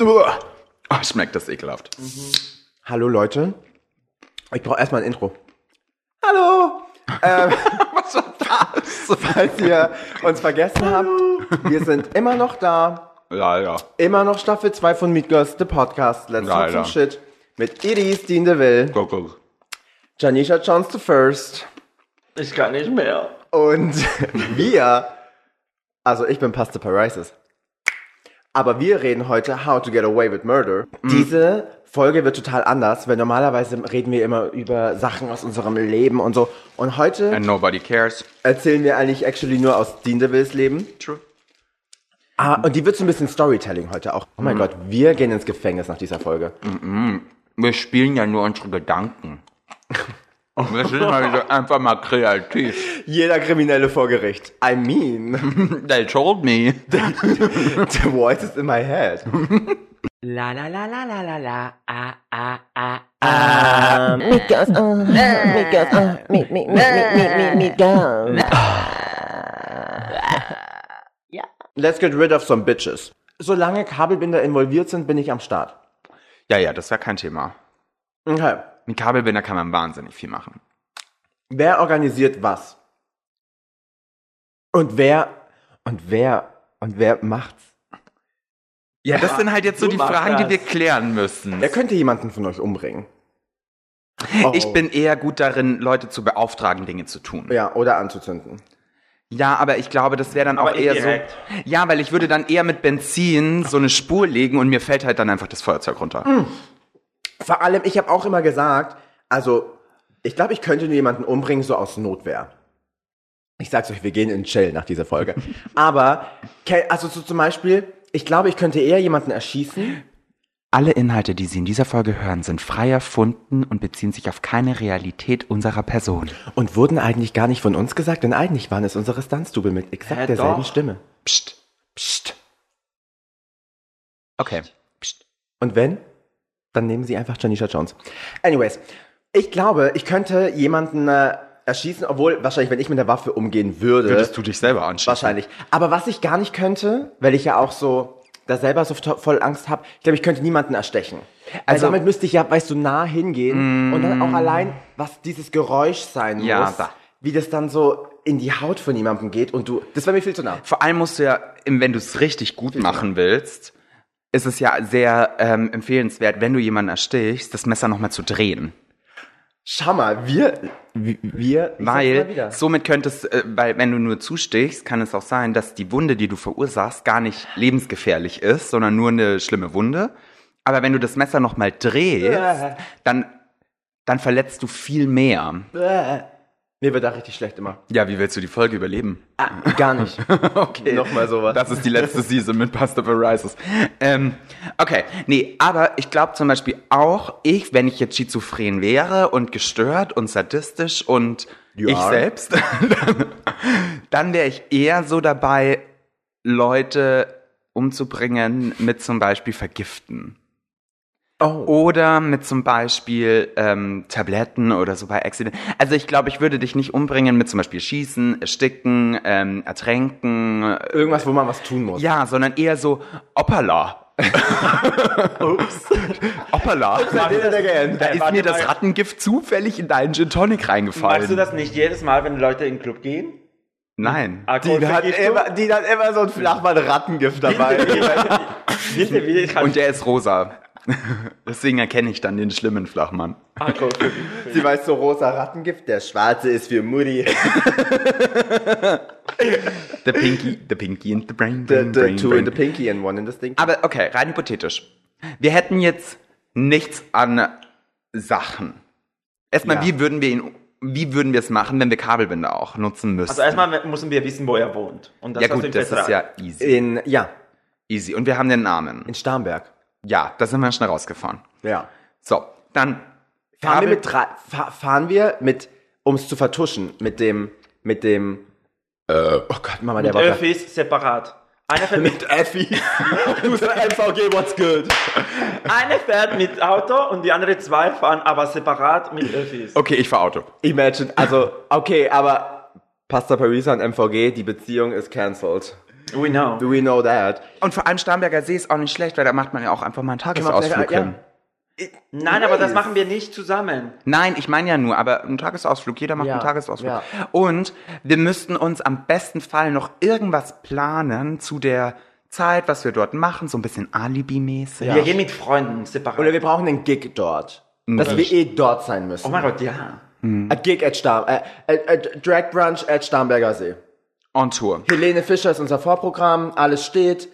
Uah. Oh, schmeckt das ekelhaft. Ah. Hallo Leute. Ich brauche erstmal ein Intro. Hallo! Was war das? Falls ihr uns vergessen habt, wir sind immer noch da. Ja, ja. Immer noch Staffel 2 von Meet Girls, The Podcast. Let's Talk Leider. Some Shit. Mit Iris, Dean DeVille, Guck, guck. Janisha Jones the First Ich kann nicht mehr. und wir. Also ich bin Pasta Parises. Aber wir reden heute How to Get Away with Murder. Mhm. Diese Folge wird total anders, weil normalerweise reden wir immer über Sachen aus unserem Leben und so. Und heute And nobody cares. erzählen wir eigentlich actually nur aus Dean DeVilles Leben. True. Ah, und die wird so ein bisschen Storytelling heute auch. Mhm. Oh mein Gott, wir gehen ins Gefängnis nach dieser Folge. Wir spielen ja nur unsere Gedanken. Wir sind halt einfach mal kreativ. Jeder Kriminelle vor Gericht. I mean, They told me. the voice is in my head. La la la la la la la. Ah ah ah. Migos, uh, Migos, uh, mi, mi, mi, mi, mi, mi, Migos. Let's get rid of some bitches. Solange Kabelbinder involviert sind, bin ich am Start. Ja, ja, das war kein Thema. Okay. Mit Kabelbinder kann man wahnsinnig viel machen. Wer organisiert was? Und wer, und wer, und wer macht's? Ja, das sind halt jetzt so du die machst Fragen, die das. wir klären müssen. Wer könnte jemanden von euch umbringen? Oh. Ich bin eher gut darin, Leute zu beauftragen, Dinge zu tun. Ja, oder anzuzünden. Ja, aber ich glaube, das wäre dann auch Aber eher indirekt. so. Ja, weil ich würde dann eher mit Benzin so eine Spur legen und mir fällt halt dann einfach das Feuerzeug runter. Vor allem, ich habe auch immer gesagt, also ich glaube, ich könnte nur jemanden umbringen, so aus Notwehr. Ich sag's euch, wir gehen in Chill nach dieser Folge. Aber, ke- also so zum Beispiel, ich glaube, ich könnte eher jemanden erschießen. Alle Inhalte, die Sie in dieser Folge hören, sind frei erfunden und beziehen sich auf keine Realität unserer Person. Und wurden eigentlich gar nicht von uns gesagt, denn eigentlich waren es unsere Stunts-Double mit exakt Hä, derselben doch. Stimme. Psst. Psst. Okay. Psst. Und wenn, dann nehmen sie einfach Janisha Jones. Anyways, ich glaube, ich könnte jemanden äh, erschießen, obwohl wahrscheinlich, wenn ich mit der Waffe umgehen würde, Würdest du dich selber anschießen? Äh, Wahrscheinlich. Aber was ich gar nicht könnte, weil ich ja auch so da selber so to- voll Angst habe, ich glaube, ich könnte niemanden erstechen. Also Also- Mm. damit müsste ich ja, weißt du, nah hingehen und dann auch allein, was dieses Geräusch sein Ja, muss, da. wie das dann so in die Haut von jemandem geht und du, das wäre mir viel zu nah. Vor allem musst du ja, im- wenn du es richtig gut machen willst, ist es ja sehr ähm, empfehlenswert, wenn du jemanden erstichst, das Messer nochmal zu drehen. Schau mal, wir, wir, wir ich sag's mal Weil wieder. somit könnte es, äh, weil wenn du nur zustichst, kann es auch sein, dass die Wunde, die du verursachst, gar nicht lebensgefährlich ist, sondern nur eine schlimme Wunde. Aber wenn du das Messer nochmal drehst, Äh. dann, dann verletzt du viel mehr. Bäh. mir wird da richtig schlecht immer. Ja, wie willst du die Folge überleben? Ah, gar nicht. Okay. Nochmal sowas. Das ist die letzte Season mit Pasta Rises. Ähm, okay, nee, aber ich glaube zum Beispiel auch, ich, wenn ich jetzt schizophren wäre und gestört und sadistisch und You ich are. selbst, dann, dann wäre ich eher so dabei, Leute umzubringen mit zum Beispiel Vergiften. Oh. Oder mit zum Beispiel ähm, Tabletten oder so bei Accident. Also ich glaube, ich würde dich nicht umbringen mit zum Beispiel Schießen, Ersticken, ähm, Ertränken. äh, Irgendwas, wo man was tun muss. Ja, sondern eher so Oppala. Ups. Oppala. did it again. Da ist Warte mir das mal. Rattengift zufällig in deinen Gin Tonic reingefallen. Machst du das nicht jedes Mal, wenn Leute in den Club gehen? Nein. Ah, Die hat, immer, die hat immer so ein Flachmann Rattengift dabei. Und der ist rosa. Deswegen erkenne ich dann den schlimmen Flachmann. Sie weiß so rosa Rattengift, der schwarze ist für Mutti. The Pinky, the Pinky and the Brain. The, brain, the brain, two brain. in the pinky and one in the stinky. Aber okay, rein hypothetisch. Wir hätten jetzt nichts an Sachen. Erstmal, Ja. wie würden wir ihn, wie würden wir es machen, wenn wir Kabelbinder auch nutzen müssten? Also erstmal müssen wir wissen, wo er wohnt. Und das ja hast gut, du im das ist Vertrag. ja easy. In, ja, Easy. Und wir haben den Namen. in Starnberg. Ja, da sind wir schnell rausgefahren. Ja. So, dann. Fahren wir Kabel- mit, drei- fa fahren wir mit, um es zu vertuschen, mit dem, mit dem, äh, oh Gott, Mama, der Mit war grad- Öffis separat. Einer fährt mit, Effi. du so MVG, what's good? eine fährt mit Auto und die andere zwei fahren aber separat mit Öffis. Okay, ich fahr Auto. Imagine, also, okay, aber Pasta Parisa und MVG, die Beziehung ist cancelled. We know. Do we know that? Und vor allem Starnberger See ist auch nicht schlecht, weil da macht man ja auch einfach mal einen Tagesausflug ja. hin. Nein, aber das machen wir nicht zusammen. Nein, ich meine ja nur, aber einen Tagesausflug, jeder macht Ja, einen Tagesausflug. ja. Und wir müssten uns am besten Fall noch irgendwas planen zu der Zeit, was wir dort machen, so ein bisschen Alibi-mäßig. Wir gehen mit Freunden separat. Oder wir brauchen einen Gig dort. Dass wir eh dort sein müssen. oh mein Gott, ja. A Gig at Starm, äh, äh, äh, Drag Brunch at Starnberger See. On Tour. Helene Fischer ist unser Vorprogramm, alles steht.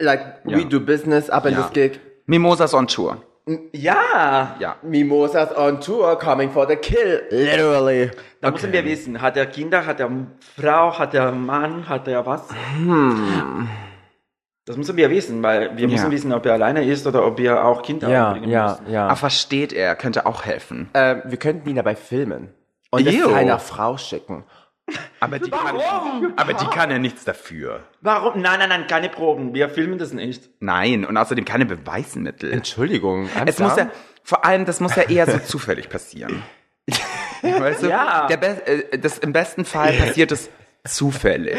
Like, we Ja. do business up in Ja. this gig. Mimosas on Tour. Ja! Ja. Mimosas on tour, coming for the kill, literally. Da müssen wir wissen, hat er Kinder, hat er Frau, hat er Mann, hat er was? Das müssen wir wissen, weil wir müssen wissen, ob er alleine ist oder ob wir auch Kinder anbringen müssen. ja. Aber Ah, versteht er, könnte auch helfen. äh, wir könnten ihn dabei filmen. Und es Ew. keiner Frau schicken. Aber die, kann, aber die kann ja nichts dafür. Warum? Nein, nein, nein, keine Proben. Wir filmen das nicht. Nein, und außerdem keine Beweismittel. Entschuldigung. Es muss ja, vor allem, das muss ja eher so zufällig passieren. Weißt du? Ja. Der Be äh, das, Im besten Fall passiert es zufällig.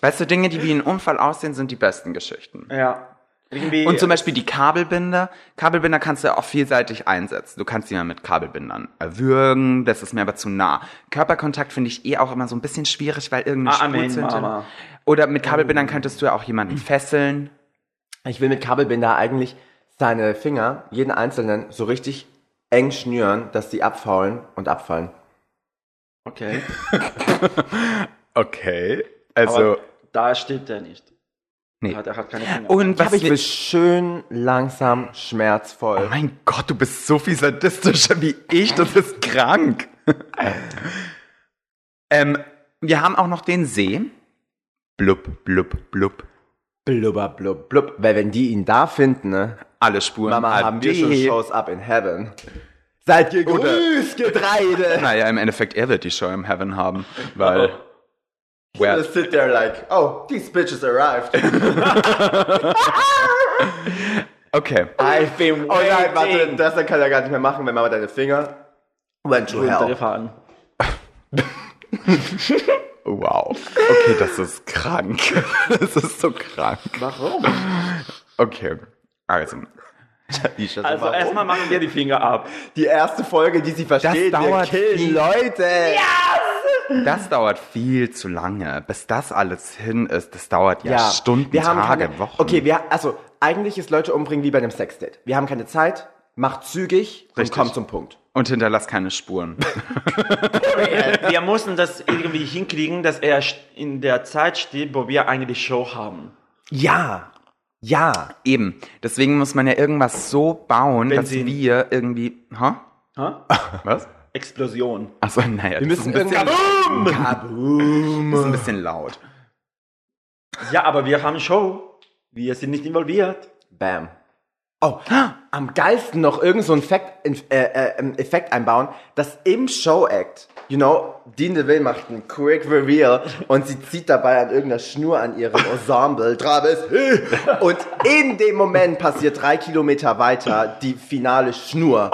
Weißt du, Dinge, die wie ein Unfall aussehen, sind die besten Geschichten. Ja. Irgendwie Und zum Beispiel die Kabelbinder. Kabelbinder kannst du ja auch vielseitig einsetzen. Du kannst jemanden mit Kabelbindern erwürgen, das ist mir aber zu nah. Körperkontakt finde ich eh auch immer so ein bisschen schwierig, weil irgendeine Ah, Amen, Schwulzündin- Mama. Oh. Oder mit Kabelbindern könntest du ja auch jemanden fesseln. Ich will mit Kabelbinder eigentlich seine Finger, jeden einzelnen, so richtig eng schnüren, dass die abfaulen und abfallen. Okay. Okay. Aber da stimmt er nicht. Nee. Hat, er hat keine Kinder. Und was Aber ich wir- will schön, langsam, schmerzvoll. Oh Mein Gott, du bist so viel sadistischer wie ich, das ist krank. ähm, wir haben auch noch den See. Blub, blub, blub. Blubber, blub, blub. Weil wenn die ihn da finden, ne? Alle Spuren. Mama, haben wir schon AD. Shows up in Heaven. Seid gegrüßt, Getreide! Naja, im Endeffekt, er wird die Show im Heaven haben, weil. Where, Just sit there like, oh, these bitches arrived. okay. I've been waiting. Oh nein, warte, das dann kann er gar nicht mehr machen, wenn Mama deine Finger went to hell. runtergefahren. Wow. Okay, das ist krank. Das ist so krank. Warum? Okay. Also, Also erstmal machen wir die Finger ab. die erste Folge, die sie versteht, Das wir dauert killen viel. Leute. das dauert viel zu lange. Bis das alles hin ist, das dauert ja, Stunden, wir haben Tage, keine, Wochen. Okay, wir, also eigentlich ist Leute umbringen wie bei einem Sexdate. Wir haben keine Zeit, macht zügig Richtig. und kommt zum Punkt. Und hinterlass keine Spuren. Wir mussten das irgendwie hinkriegen, dass er in der Zeit steht, wo wir eigentlich Show haben. Ja, ja. Eben. Deswegen muss man ja irgendwas so bauen, Benzin. dass wir irgendwie. Ha? Ha? Was? Explosion. Achso, naja. Wir müssen das ist ein irgendwann- bisschen, das ist Kaboom. ein bisschen laut. Ja, aber wir haben Show. Wir sind nicht involviert. Bam. Oh, am geilsten noch irgend so ein Fact, äh, äh, ähm, Effekt einbauen, dass im Show-Act, you know, Dean DeVille macht einen Quick Reveal und sie zieht dabei an irgendeiner Schnur an ihrem Ensemble, Travis, äh, und in dem Moment passiert drei Kilometer weiter die finale Schnur.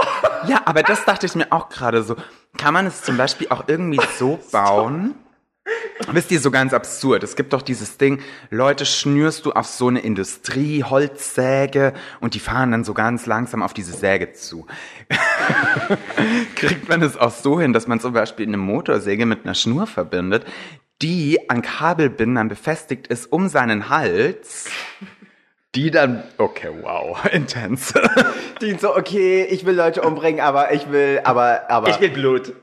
Ja, aber das dachte ich mir auch gerade so. Kann man es zum Beispiel auch irgendwie so bauen? Wisst ihr, so ganz absurd. Es gibt doch dieses Ding, Leute schnürst du auf so eine Industrie, Holzsäge und die fahren dann so ganz langsam auf diese Säge zu. Kriegt man es auch so hin, dass man zum Beispiel eine Motorsäge mit einer Schnur verbindet, die an Kabelbindern befestigt ist um seinen Hals, die dann, okay, wow, intens. Dean so, okay, ich will Leute umbringen, aber ich will, aber, aber, Ich will Blut.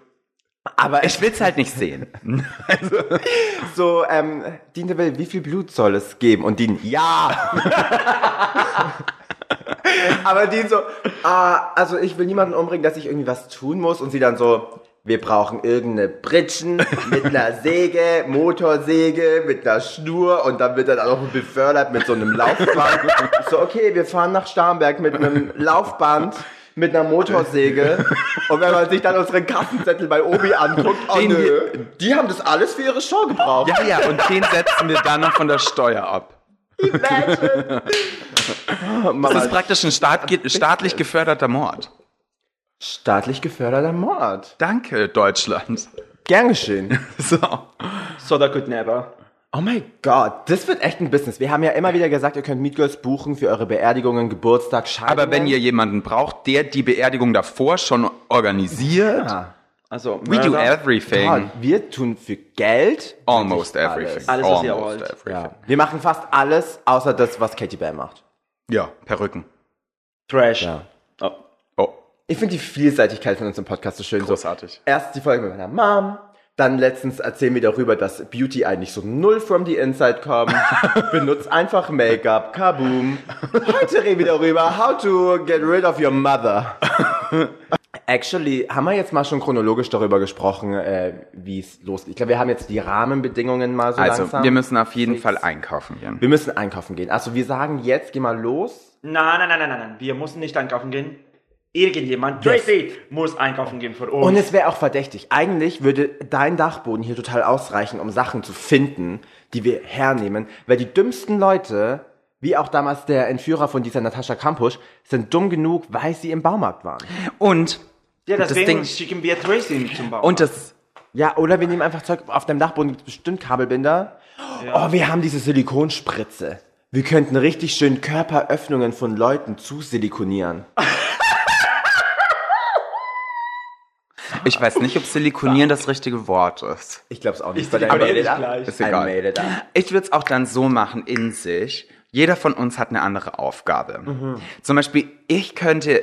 aber Ich will's halt nicht sehen. so, ähm, Dean DeVille, wie viel Blut soll es geben? Und Dean, ja! Aber Dean so, ah, also ich will niemanden umbringen, dass ich irgendwie was tun muss. Und sie dann so, wir brauchen irgendeine Britschen mit einer Säge, Motorsäge, mit einer Schnur und dann wird er dann auch befördert mit so einem Laufband. so, okay, wir fahren nach Starnberg mit einem Laufband. Mit einer Motorsäge. Und wenn man sich dann unseren Kassenzettel bei Obi anguckt, oh Den nö, die haben das alles für ihre Show gebraucht. Ja, ja, und den setzen wir dann noch von der Steuer ab. Das ist praktisch ein staat, staatlich geförderter Mord. Staatlich geförderter Mord. Danke, Deutschland. Gern geschehen. So. So, da could never. Oh mein Gott, das wird echt ein Business. Wir haben ja immer wieder gesagt, ihr könnt Meet Girls buchen für eure Beerdigungen, Geburtstag, Scheidungen. Aber wenn ihr jemanden braucht, der die Beerdigung davor schon organisiert, Ah, Also, we do Mörder, everything. Gott, wir tun für Geld Almost wirklich everything. Alles, was ihr Almost wollt. everything. Ja. Wir machen fast alles, außer das, was Katy Bell macht. Ja, Perücken. Trash. Ja. Oh. Oh, Ich finde die Vielseitigkeit von unserem Podcast so schön. großartig. So, erst die Folge mit meiner Mom, dann letztens erzählen wir darüber, dass Beauty eigentlich so null from the inside kommt. Benutzt einfach Make-up, kaboom. Heute reden wir darüber, how to get rid of your mother. Actually, haben wir jetzt mal schon chronologisch darüber gesprochen, äh, wie es losgeht. Ich glaube, wir haben jetzt die Rahmenbedingungen mal so Also, langsam. wir müssen auf jeden Fix. Fall einkaufen gehen. wir müssen einkaufen gehen. Also wir sagen jetzt, geh mal los. Nein, nein, nein, nein, nein, nein. Wir müssen nicht einkaufen gehen. Irgendjemand, Tracy, muss einkaufen gehen für uns. Und es wäre auch verdächtig. Eigentlich würde dein Dachboden hier total ausreichen, um Sachen zu finden, die wir hernehmen. Weil die dümmsten Leute, wie auch damals der Entführer von dieser Natascha Kampusch, sind dumm genug, weil sie im Baumarkt waren. Und, ja, das deswegen Ding- schicken wir Tracy zum Bau. und das, Ja, oder wir nehmen einfach Zeug. Auf deinem Dachboden gibt es bestimmt Kabelbinder. Oh, wir haben diese Silikonspritze. Wir könnten richtig schön Körperöffnungen von Leuten zusilikonieren. ich weiß nicht, ob silikonieren das richtige Wort ist. Ich glaub's auch nicht. Ich silikoniere dich gleich. Ist egal. Ich würde es auch dann so machen in sich. Jeder von uns hat eine andere Aufgabe. Mhm. Zum Beispiel, ich könnte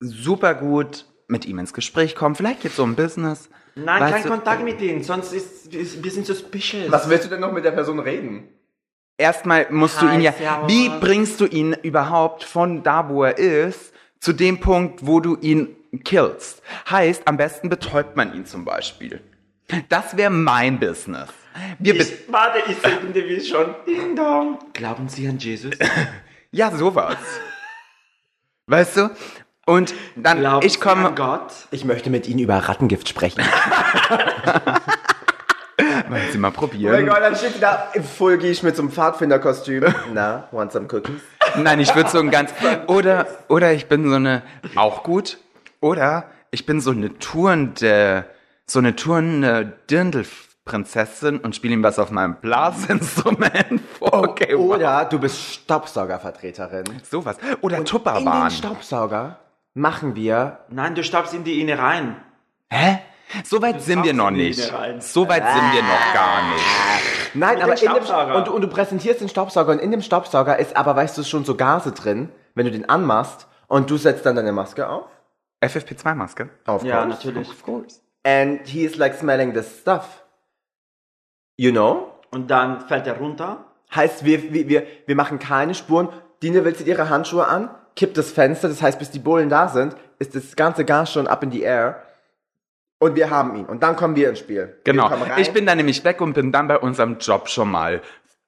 super gut mit ihm ins Gespräch kommen. Vielleicht jetzt so ein Business. Nein, Weißt kein du- Kontakt mit ihnen, sonst ist, ist wir sind suspicious. willst du denn noch mit der Person reden? Erstmal musst du ihn ja. Heiß, ja. Wie bringst du ihn überhaupt von da, wo er ist, zu dem Punkt, wo du ihn killst? Heißt, am besten betäubt man ihn zum Beispiel. Das wäre mein Business. Wir be- ich, warte, ich sehe wie schon. Ding dong. Glauben Sie an Jesus? Ja, sowas. weißt du? Und dann, Glauben ich komme, Sie an Gott? Ich möchte mit Ihnen über Rattengift sprechen. wollen Sie mal probieren? dann schickt da voll Giesch mit so einem Pfadfinderkostüm. Na, want some cookies? Nein, ich würde so ein ganz, oder, oder ich bin so eine, auch gut, oder ich bin so eine tourende, so eine tourende Dirndl-Prinzessin und spiele ihm was auf meinem Blasinstrument vor. Okay, wow. Oder du bist Staubsaugervertreterin. Sowas. Oder In den Tupperwaren. Staubsauger machen wir. Nein, du staubst in die Innereien. Hä? So weit sind wir darfst noch du nie nicht. wieder rein. So weit sind wir noch gar nicht. Nein, Mit aber dem in dem Staubsauger. und, du- und du präsentierst den Staubsauger und in dem Staubsauger ist aber, weißt du, schon so Gase drin, wenn du den anmachst und du setzt dann deine Maske auf. FFP2-Maske? Auf Ja, course. natürlich. And he's like smelling this stuff. You know? Und dann fällt er runter. Heißt, wir, wir, wir, wir machen keine Spuren. Dine will zieht ihre Handschuhe an, kippt das Fenster. Das heißt, bis die Bullen da sind, ist das ganze Gas schon up in the air. Und wir haben ihn. Und dann kommen wir ins Spiel. Genau. Wir kommen rein. Ich bin dann nämlich weg und bin dann bei unserem Job schon mal.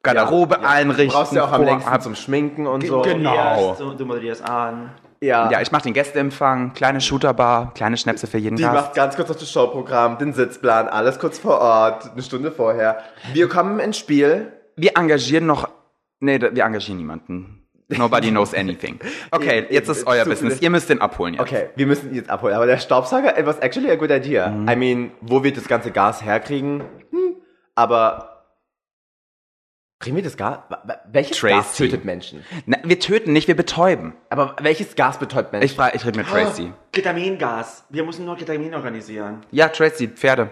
Garderobe einrichten. Brauchst du auch am Vorhab- längsten zum Schminken und so. Genau. Erst, du, du moderierst an. Ja. Ja, ich mache den Gästeempfang, kleine Shooterbar, kleine Schnäpse für jeden die Gast. macht ganz kurz noch das Showprogramm, den Sitzplan, alles kurz vor Ort, eine Stunde vorher. Wir kommen ins Spiel. Wir engagieren noch. Nee, da- wir engagieren niemanden. Nobody knows anything. Okay, Eben, jetzt eben, ist euer zu Business. viele- Ihr müsst den abholen jetzt. Okay, wir müssen ihn jetzt abholen. Aber der Staubsauger, it was actually a good idea. Mhm. I mean, wo wir das ganze Gas herkriegen, hm, aber kriegen wir das Gas? Wa- wa- Welches Gas Tracy. tötet Menschen? Na, wir töten nicht, wir betäuben. Aber welches Gas betäubt Menschen? Ich frage, ich rede mit Tracy. Oh, Ketamingas. Wir müssen nur Ketamin organisieren. Ja, Tracy, Pferde.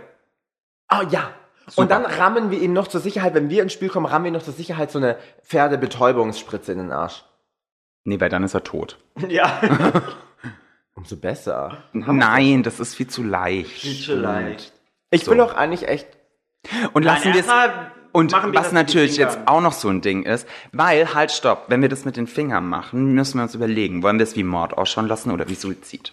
oh ja. Und dann rammen wir ihn noch zur Sicherheit, wenn wir ins Spiel kommen, rammen wir ihm noch zur Sicherheit so eine Pferdebetäubungsspritze in den Arsch. Nee, weil dann ist er tot. ja. Umso besser. Nein, das ist viel zu leicht. Nicht so leicht. Ich will auch eigentlich echt. Und lassen wir es. erstmal Und machen wir was das mit den natürlich jetzt Fingern. auch noch so ein Ding ist, weil, halt, stopp, wenn wir das mit den Fingern machen, müssen wir uns überlegen, wollen wir es wie Mord ausschauen lassen oder wie Suizid?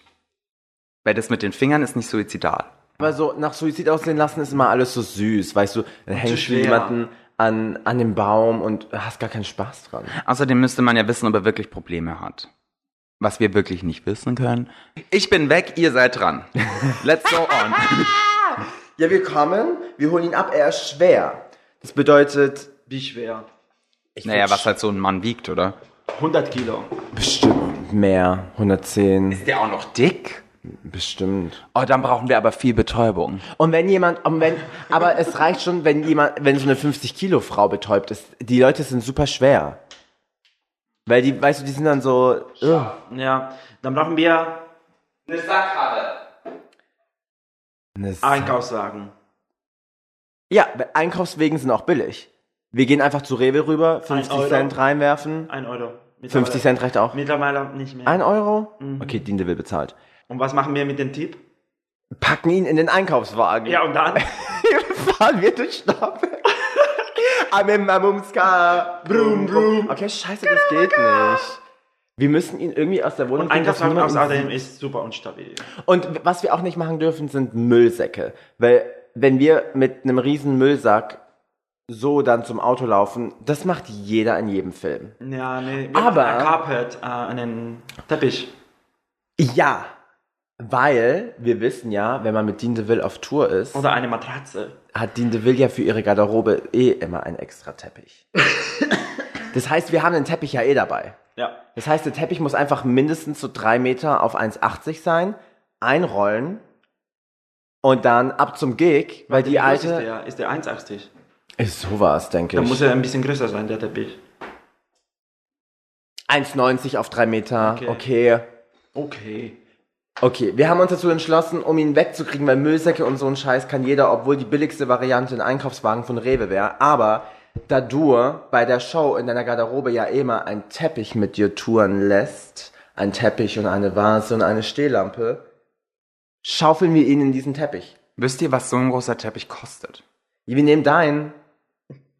Weil das mit den Fingern ist nicht suizidal. Aber so nach Suizid aussehen lassen ist immer alles so süß, weißt du? Dann hängst du schwer. jemanden an, an den Baum und hast gar keinen Spaß dran. Außerdem müsste man ja wissen, ob er wirklich Probleme hat. Was wir wirklich nicht wissen können. Ich bin weg, ihr seid dran. Let's go on. Ja, wir kommen, wir holen ihn ab, er ist schwer. Das bedeutet, Wie schwer? ich naja, würd was halt so ein Mann wiegt, oder? 100 Kilo. bestimmt mehr, 110. Ist der auch noch dick? Bestimmt. Oh, dann brauchen wir aber viel Betäubung. Und wenn jemand, und wenn, aber es reicht schon, wenn jemand, wenn so eine 50 Kilo Frau betäubt ist. Die Leute sind super schwer. Weil die, weißt du, die sind dann so, ugh. Ja, dann brauchen wir Eine Sackkarre. Eine Sa- Einkaufswagen. Ja, weil Einkaufswegen sind auch billig. Wir gehen einfach zu Rewe rüber, 50 Euro. Cent reinwerfen. Ein Euro. Mhm. Mittlerweile- 50 Cent reicht auch. Mittlerweile nicht mehr. Ein Euro? Okay, Dinde will bezahlt. Und was machen wir mit dem Tipp? Packen ihn in den Einkaufswagen. Ja, und dann? fahren wir durch Stapel. I'm in my mom's car. Brum, brum. Okay, scheiße, das geht nicht. Wir müssen ihn irgendwie aus der Wohnung Und kriegen, dass Einkaufswagen niemand aus ihn Adem ist super unstabil. Und was wir auch nicht machen dürfen, sind Müllsäcke. Weil wenn wir mit einem riesen Müllsack so dann zum Auto laufen, das macht jeder in jedem Film. Ja, nee. wir Aber- haben Ein Carpet, äh, einen Teppich. Ja. Weil wir wissen ja, wenn man mit Dean DeVille auf Tour ist, Oder eine Matratze. hat Dean DeVille ja für ihre Garderobe eh immer einen extra Teppich. das heißt, wir haben den Teppich ja eh dabei. Ja. Das heißt, der Teppich muss einfach mindestens so drei Meter auf 1,80 sein, einrollen und dann ab zum Gig, weil die Wie groß Ist alte... der, ist der 1,80? Ist sowas, denke Dann ich. muss er ein bisschen größer sein, der Teppich. 1,90 auf 3 Meter. Okay. Okay. okay. Okay. wir haben uns dazu entschlossen, um ihn wegzukriegen, weil Müllsäcke und so ein Scheiß kann jeder, obwohl die billigste Variante ein Einkaufswagen von Rewe wäre. Aber da du bei der Show in deiner Garderobe ja immer einen Teppich mit dir touren lässt, ein Teppich und eine Vase und eine Stehlampe, schaufeln wir ihn in diesen Teppich. Wisst ihr, was so ein großer Teppich kostet? Wir nehmen deinen.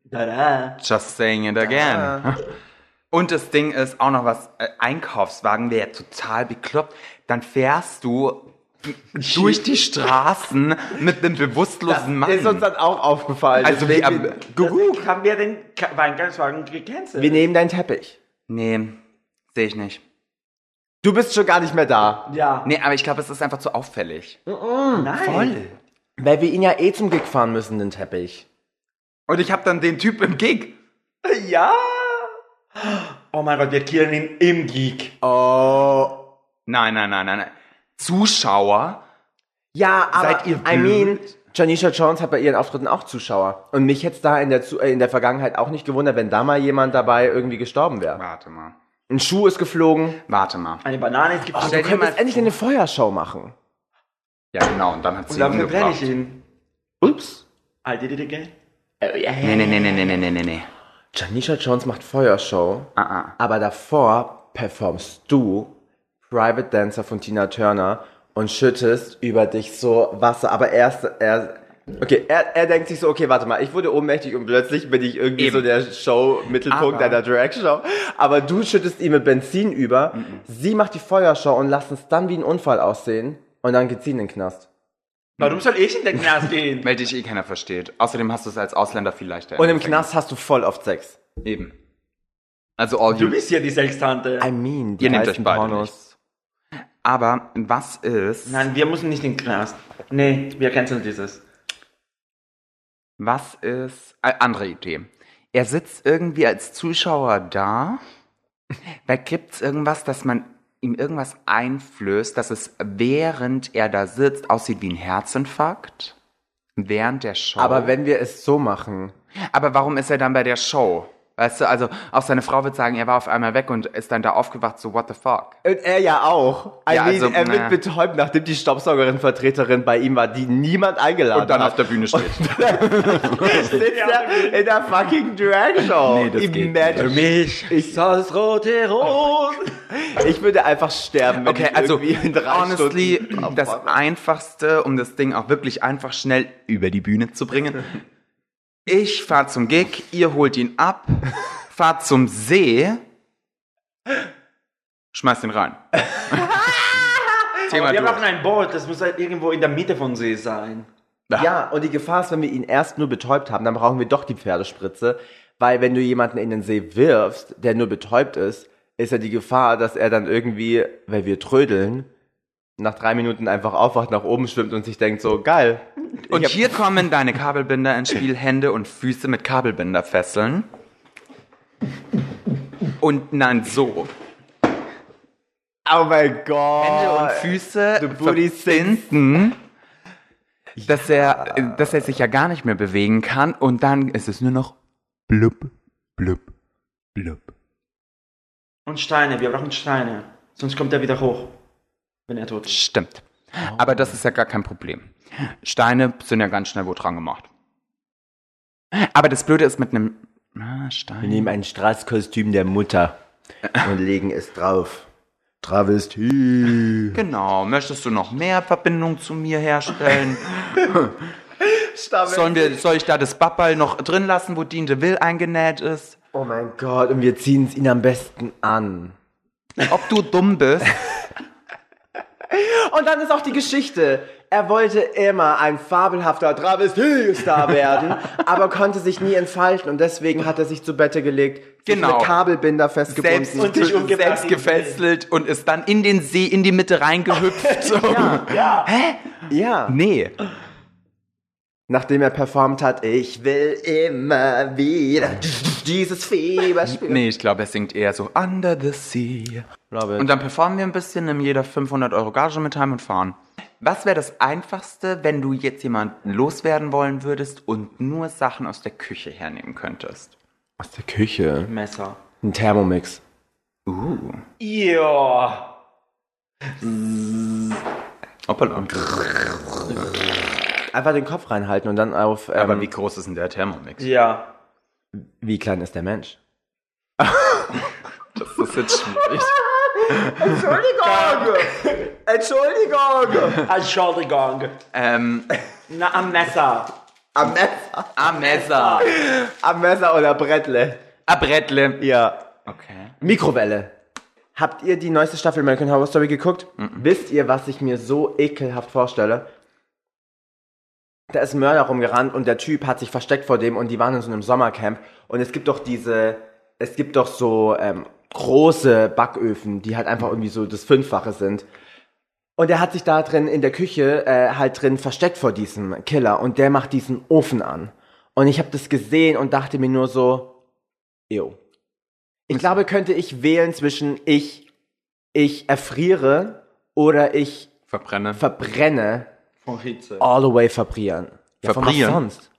Tada. Just saying it again. Ah. Und das Ding ist auch noch was, äh, Einkaufswagen wäre ja total bekloppt. Dann fährst du durch die Straßen mit einem bewusstlosen Mann. Ist uns dann auch aufgefallen. also wie Deswegen- am Gugu. Haben wir den Ka- Einkaufswagen gecancelt? wir nehmen deinen Teppich. Nee, sehe ich nicht. Du bist schon gar nicht mehr da. Ja. Nee, aber ich glaube, es ist einfach zu auffällig. Nein. Voll. Weil wir ihn ja eh zum Gig fahren müssen, den Teppich. Und ich habe dann den Typ im Gig. Ja. Oh mein Gott, wir killen ihn im Geek. Oh. Nein, nein, nein, nein, nein. Zuschauer. Ja, aber Seid ihr I mean, blöd? Janisha Jones hat bei ihren Auftritten auch Zuschauer. Und mich hätte da in der, Zu äh, in der Vergangenheit auch nicht gewundert, wenn da mal jemand dabei irgendwie gestorben wäre. Warte mal. Ein Schuh ist geflogen. Warte mal. Eine Banane ist Oh, geflogen. du dir mal könntest endlich eine Feuershow machen. Ja, genau. Und dann hat Und sie dann ihn verbrenne ich umgebracht. ihn. Halt Ups. I did it again. Nee, nee, nee, nee, nee, nee, nee, nee, nee. Janisha Jones macht Feuershow, Ah, ah. aber davor performst du Private Dancer von Tina Turner und schüttest über dich so Wasser. Aber erst, er, okay, er, er denkt sich so, okay, warte mal, ich wurde ohnmächtig und plötzlich bin ich irgendwie Eben. so der Show-Mittelpunkt Aber- deiner Drag-Show. Aber du schüttest ihn mit Benzin über, Mhm. sie macht die Feuershow und lässt es dann wie ein Unfall aussehen und dann geht sie in den Knast. Warum soll ich in den Knast gehen? Weil dich eh keiner versteht. Außerdem hast du es als Ausländer viel leichter. Und im Gefängnis. Knast hast du voll oft Sex. Eben. Also all Du you. bist ja die Sextante. I mean, die Ihr nehmt meisten euch beide Pornos. Aber was ist, Nein, wir müssen nicht in den Knast. Nee, wir canceln dieses. was ist, äh, andere Idee. Er sitzt irgendwie als Zuschauer da. Da gibt's irgendwas, dass man ihm irgendwas einflößt, dass es während er da sitzt aussieht wie ein Herzinfarkt? Während der Show. Aber wenn wir es so machen, Aber warum ist er dann bei der Show? Weißt du, also auch seine Frau wird sagen, er war auf einmal weg und ist dann da aufgewacht, so what the fuck? Und er ja auch. I Ja, mean, also, er naja. wird betäubt, nachdem die Staubsaugerin Vertreterin bei ihm war, die niemand eingeladen hat. der Bühne steht. Sitzt er in der fucking Drag Show. Nee, das geht Imagine. mich. Ich sah das rote Rot. Ich würde einfach sterben, wenn Okay, ich also irgendwie in drei honestly, Stunden Oh, am das Bord- Einfachste, um das Ding auch wirklich einfach schnell über die Bühne zu bringen. Ich fahr zum Gig, ihr holt ihn ab, fahrt zum See, schmeißt ihn rein. Thema Wir durch. brauchen ein Boot, das muss halt irgendwo in der Mitte von See sein. Ja, und die Gefahr ist, wenn wir ihn erst nur betäubt haben, dann brauchen wir doch die Pferdespritze. Weil wenn du jemanden in den See wirfst, der nur betäubt ist, ist ja die Gefahr, dass er dann irgendwie, weil wir trödeln, nach drei Minuten einfach aufwacht, nach oben schwimmt und sich denkt so, geil. Und ich hab- hier kommen deine Kabelbinder ins Spiel, Hände und Füße mit Kabelbinder fesseln. Und nein, so. Oh mein Gott. Hände und Füße the booty verbinden, dass er, äh, dass er sich ja gar nicht mehr bewegen kann und dann ist es nur noch blub, blub, blub. Und Steine, wir brauchen Steine. Sonst kommt er wieder hoch, wenn er tot ist. Stimmt. Oh. Aber das ist ja gar kein Problem. Steine sind ja ganz schnell wo dran gemacht. Aber das Blöde ist mit einem ah, Stein. Wir nehmen ein Straßkostüm der Mutter und legen es drauf. Travestie. Genau. Möchtest du noch mehr Verbindung zu mir herstellen? Sollen wir, soll ich da das Bappal noch drin lassen, wo Dien de Will eingenäht ist? Oh mein Gott, und wir ziehen es ihn am besten an. Ob du dumm bist? Und dann ist auch die Geschichte. Er wollte immer ein fabelhafter Travestie-Star werden, aber konnte sich nie entfalten und deswegen hat er sich zu Bette gelegt, sich Genau. mit Kabelbinder festgebunden. selbst, und dich umgebracht. selbst gefesselt und ist dann in den See, in die Mitte reingehüpft. ja, ja. Hä? ja. Nee. Nachdem er performt hat, ich will immer wieder dieses Fieber spielen. Nee, ich glaube, er singt eher so Under the Sea. Und dann performen wir ein bisschen, nehmen jeder 500 Euro Gage mit heim und fahren. Was wäre das Einfachste, wenn du jetzt jemanden loswerden wollen würdest und nur Sachen aus der Küche hernehmen könntest? aus der Küche. Messer. Ein Thermomix. Uh. Ja. Hoppala. Einfach den Kopf reinhalten und dann auf. Ähm, Aber wie groß ist denn der Thermomix? Ja. wie klein ist der Mensch? Das ist jetzt schwierig. Entschuldigung! Entschuldigung! Entschuldigung. ähm, Na, am Messer. Am Messer, am Messer. am Messer oder Brettle? A Brettle. Ja. Okay. Mikrowelle. Habt ihr die neueste Staffel American Horror Story geguckt? Wisst ihr, was ich mir so ekelhaft vorstelle? Da ist ein Mörder rumgerannt und der Typ hat sich versteckt vor dem und die waren in so einem Sommercamp. Und es gibt doch diese, es gibt doch so ähm, große Backöfen, die halt einfach irgendwie so das Fünffache sind. Und er hat sich da drin in der Küche äh, halt drin versteckt vor diesem Killer und der macht diesen Ofen an. Und ich habe das gesehen und dachte mir nur so, ew. Ich glaube, könnte ich wählen zwischen ich, ich erfriere oder ich Verbrenne. verbrenne, Von Hitze. all the way verbrieren. Ja, von was Verbrieren? sonst?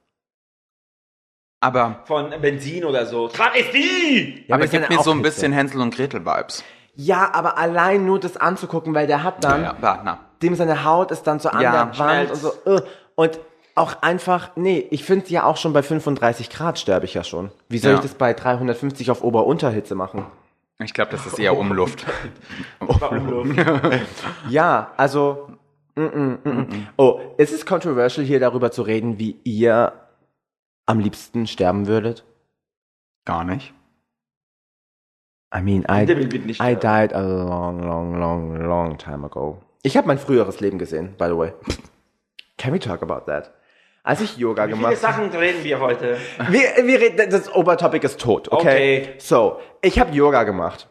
Aber, Von Benzin oder so. Travestie! Ja, aber es ist gibt ja mir so auch ein Hitze. bisschen Hänsel und Gretel-Vibes. Ja, aber allein nur das anzugucken, weil der hat dann, Ja, Partner. dem seine Haut ist dann so an Ja, der Wand und schnell's. so. äh, Und auch einfach, nee, ich finde ja auch schon bei 35 Grad sterbe ich ja schon. Wie soll Ja. ich das bei 350 auf Ober-Unterhitze machen? Ich glaube, das ist eher Umluft. Ja, also. Mm, mm, mm, mm. Oh, ist es controversial, hier darüber zu reden, wie ihr am liebsten sterben würdet? Gar nicht. I mean, I, Der will bitte nicht I died a long, long, long, long time ago. Ich habe mein früheres Leben gesehen, by the way. Can we talk about that? Als ich Yoga Wie gemacht Also, viele Sachen reden wir heute? Wir, wir reden, das Obertopic ist tot, okay? Okay. So, ich habe Yoga gemacht.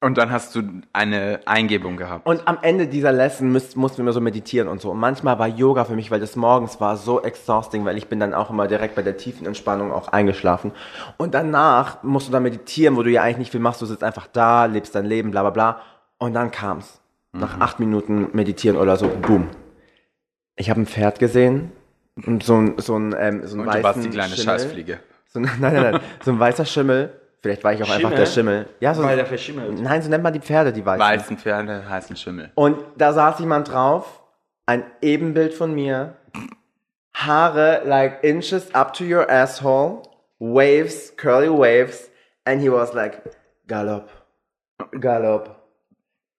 Und dann hast du eine Eingebung gehabt. Und am Ende dieser Lesson müß, mussten wir so meditieren und so. Und manchmal war Yoga für mich, weil das morgens war, so exhausting, weil ich bin dann auch immer direkt bei der tiefen Entspannung auch eingeschlafen. Und danach musst du dann meditieren, wo du ja eigentlich nicht viel machst. Du sitzt einfach da, lebst dein Leben, bla bla bla. Und dann kam's. Nach Mhm. acht Minuten meditieren oder so, boom. Ich habe ein Pferd gesehen. Und so ein, so ein, ähm, so ein Und weißen du warst die kleine Schimmel. Scheißfliege. So, ein- nein, nein, nein. So ein weißer Schimmel. Vielleicht war ich auch einfach Schimmel? der Schimmel. Ja, so Weil ein, der verschimmelt. Nein, so nennt man die Pferde, die weißen. Weißen Pferde, heißen Schimmel. Und da saß jemand drauf, ein Ebenbild von mir. Haare like inches up to your asshole, waves, curly waves, and he was like, Galopp, Galopp,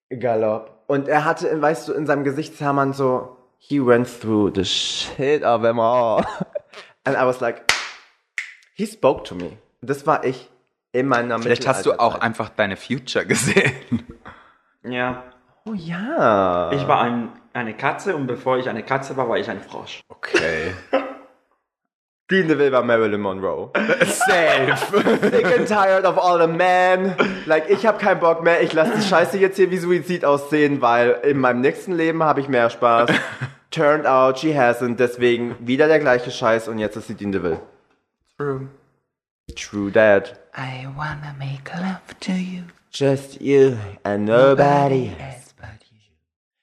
Galopp. Und er hatte, weißt du, in seinem Gesichtshammern so, he went through the shit of them all. And I was like, he spoke to me. Das war ich in meiner Vielleicht hast du auch Mittelalterzeit. einfach deine Future gesehen. Ja. Oh ja. Ich war ein, eine Katze und bevor ich eine Katze war, war ich ein Frosch. Okay. Dean DeVille war Marilyn Monroe. Safe. Sick and tired of all the men. Like, ich habe keinen Bock mehr. Ich lasse die Scheiße jetzt hier wie Suizid aussehen, weil in meinem nächsten Leben habe ich mehr Spaß. Turned out, she hasn't. Deswegen wieder der gleiche Scheiß und jetzt ist sie Dean DeVille. True. True that. I wanna make love to you. Just you and nobody else but you.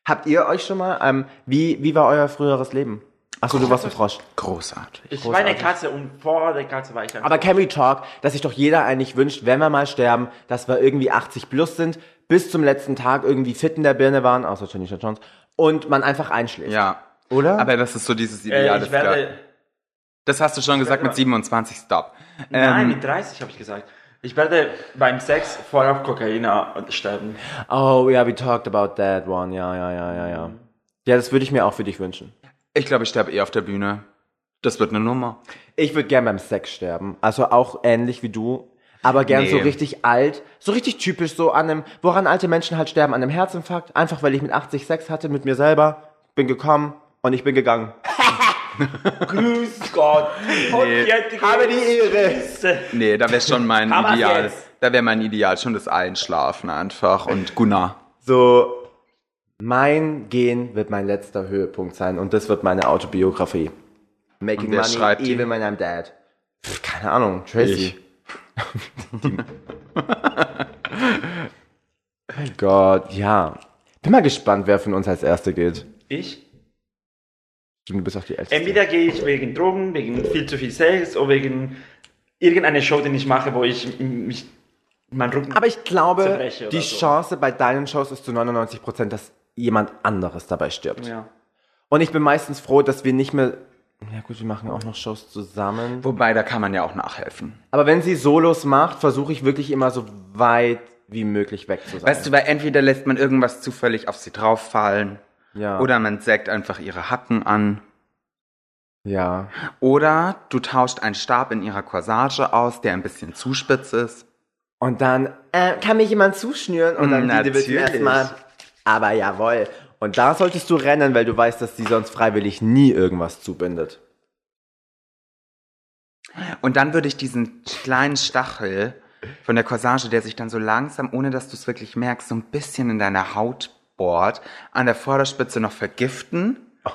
Habt ihr euch schon mal, ähm, wie, wie war euer früheres Leben? Achso, du warst ein Frosch. Großartig. Ich war eine Katze und vor der Katze war ich ein Aber can we talk, dass sich doch jeder eigentlich wünscht, wenn wir mal sterben, dass wir irgendwie 80 plus sind, bis zum letzten Tag irgendwie fit in der Birne waren, außer Tanisha Jones, und man einfach einschläft. Ja. Oder? Aber das ist so dieses äh, Ideal. Ich das, werde. das hast du schon gesagt mit 27, stop. Nein, Ähm, mit 30 habe ich gesagt. Ich werde beim Sex voll auf Kokain äh, sterben. Oh, yeah, we talked about that one. Ja, ja, ja, ja, ja. Ja, das würde ich mir auch für dich wünschen. ich glaube, ich sterbe eh auf der Bühne. Das wird eine Nummer. Ich würde gern beim Sex sterben. Also auch ähnlich wie du. Aber gern so Nee. richtig alt, so richtig typisch, so an einem, woran alte Menschen halt sterben, an einem Herzinfarkt, einfach weil ich mit 80 Sex hatte mit mir selber, bin gekommen und ich bin gegangen. Grüß Gott. Und jetzt Habe die Ehre. Grüße. Nee, da wäre schon mein Aber Ideal. jetzt. Da wäre mein Ideal schon das Einschlafen einfach und Gunnar. So, mein Gehen wird mein letzter Höhepunkt sein und das wird meine Autobiografie. Making Und wer schreibt die? even when I'm dead. Pff, keine Ahnung, Tracy. Ich. mein Oh Gott, ja. Bin mal gespannt, wer von uns als Erste geht. Ich? Du bist auch die Älteste. Entweder Äh, gehe ich wegen Drogen, wegen viel zu viel Sex oder wegen irgendeiner Show, den ich mache, wo ich mich meinen Rücken. Aber ich glaube, Zerbreche oder die so. Chance bei deinen Shows ist zu 99 Prozent, dass jemand anderes dabei stirbt. ja. Und ich bin meistens froh, dass wir nicht mehr. Ja gut, wir machen auch noch Shows zusammen. Wobei, da kann man ja auch nachhelfen. Aber wenn sie Solos macht, versuche ich wirklich immer so weit wie möglich weg zu sein. Weißt du, weil entweder lässt man irgendwas zufällig auf sie drauffallen ja. oder man sägt einfach ihre Hacken an ja. oder du tauscht einen Stab in ihrer Corsage aus, der ein bisschen zu spitz ist. Und dann äh, kann mich jemand zuschnüren und dann Mm, die wird natürlich. erstmal. Aber jawohl. Und da solltest du rennen, weil du weißt, dass sie sonst freiwillig nie irgendwas zubindet. Und dann würde ich diesen kleinen Stachel von der Corsage, der sich dann so langsam, ohne dass du es wirklich merkst, so ein bisschen in deiner Haut bohrt, an der Vorderspitze noch vergiften. Oh.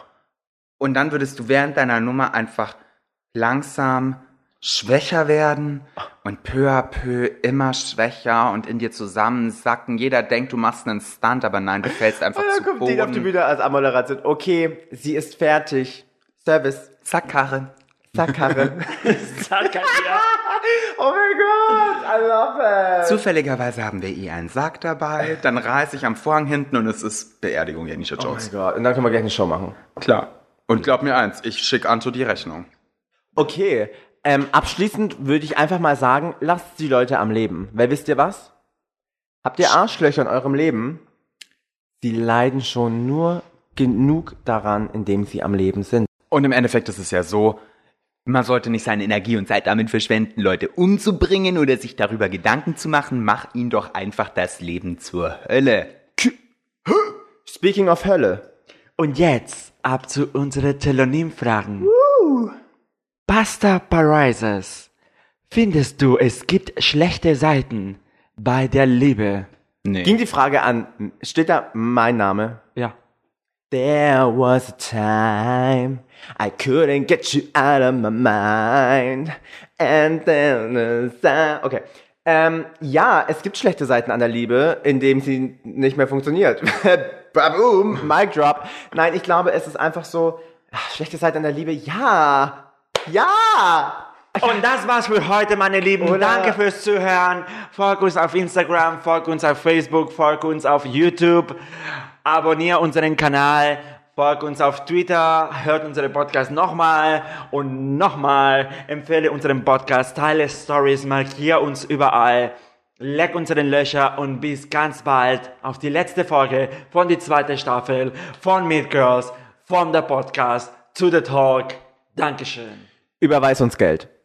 Und dann würdest du während deiner Nummer einfach langsam schwächer werden Oh. und peu à peu immer schwächer und in dir zusammensacken. Jeder denkt, du machst einen Stunt, aber nein, du fällst einfach Und dann zu kommt die auf die Boden. Bühne als Amoderation. Okay, sie ist fertig. Service. Zack, Karin. Zack, Karre. Sag kein Ja. oh mein Gott, I love it. Zufälligerweise haben wir eh einen Sack dabei. Dann reiße ich am Vorhang hinten und es ist Beerdigung Janisha Oh Jones. mein Gott. Und dann können wir gleich eine Show machen. Klar. Und glaub mir eins, ich schicke Anto die Rechnung. Okay, ähm, abschließend würde ich einfach mal sagen, lasst die Leute am Leben. Weil wisst ihr was? Habt ihr Arschlöcher in eurem Leben? Sie leiden schon nur genug daran, indem sie am Leben sind. Und im Endeffekt ist es ja so, man sollte nicht seine Energie und Zeit damit verschwenden, Leute umzubringen oder sich darüber Gedanken zu machen. Mach ihnen doch einfach das Leben zur Hölle. Speaking of Hölle. Und jetzt ab zu unseren Telonym-Fragen. Uh. Pasta Parises. Findest du, es gibt schlechte Seiten bei der Liebe? Nee. Ging die Frage an, steht da mein Name? Ja. There was a time I couldn't get you out of my mind. And then the sun- Okay. Ähm, ja, es gibt schlechte Seiten an der Liebe, indem sie nicht mehr funktioniert. Baboom, Mic drop. Nein, ich glaube, es ist einfach so, ach, schlechte Seiten an der Liebe, ja. Ja! Und das war's für heute, meine Lieben. Oder- Danke fürs Zuhören. Folgt uns auf Instagram, folgt uns auf Facebook, folgt uns auf YouTube. Abonniert unseren Kanal, folgt uns auf Twitter, hört unseren Podcast nochmal und nochmal. Empfehle unseren Podcast, teile Stories, markiere uns überall. Leck unseren Löcher und bis ganz bald auf die letzte Folge von die zweite Staffel von Meet Girls, von der Podcast, zu the Talk. Dankeschön. Überweis uns Geld.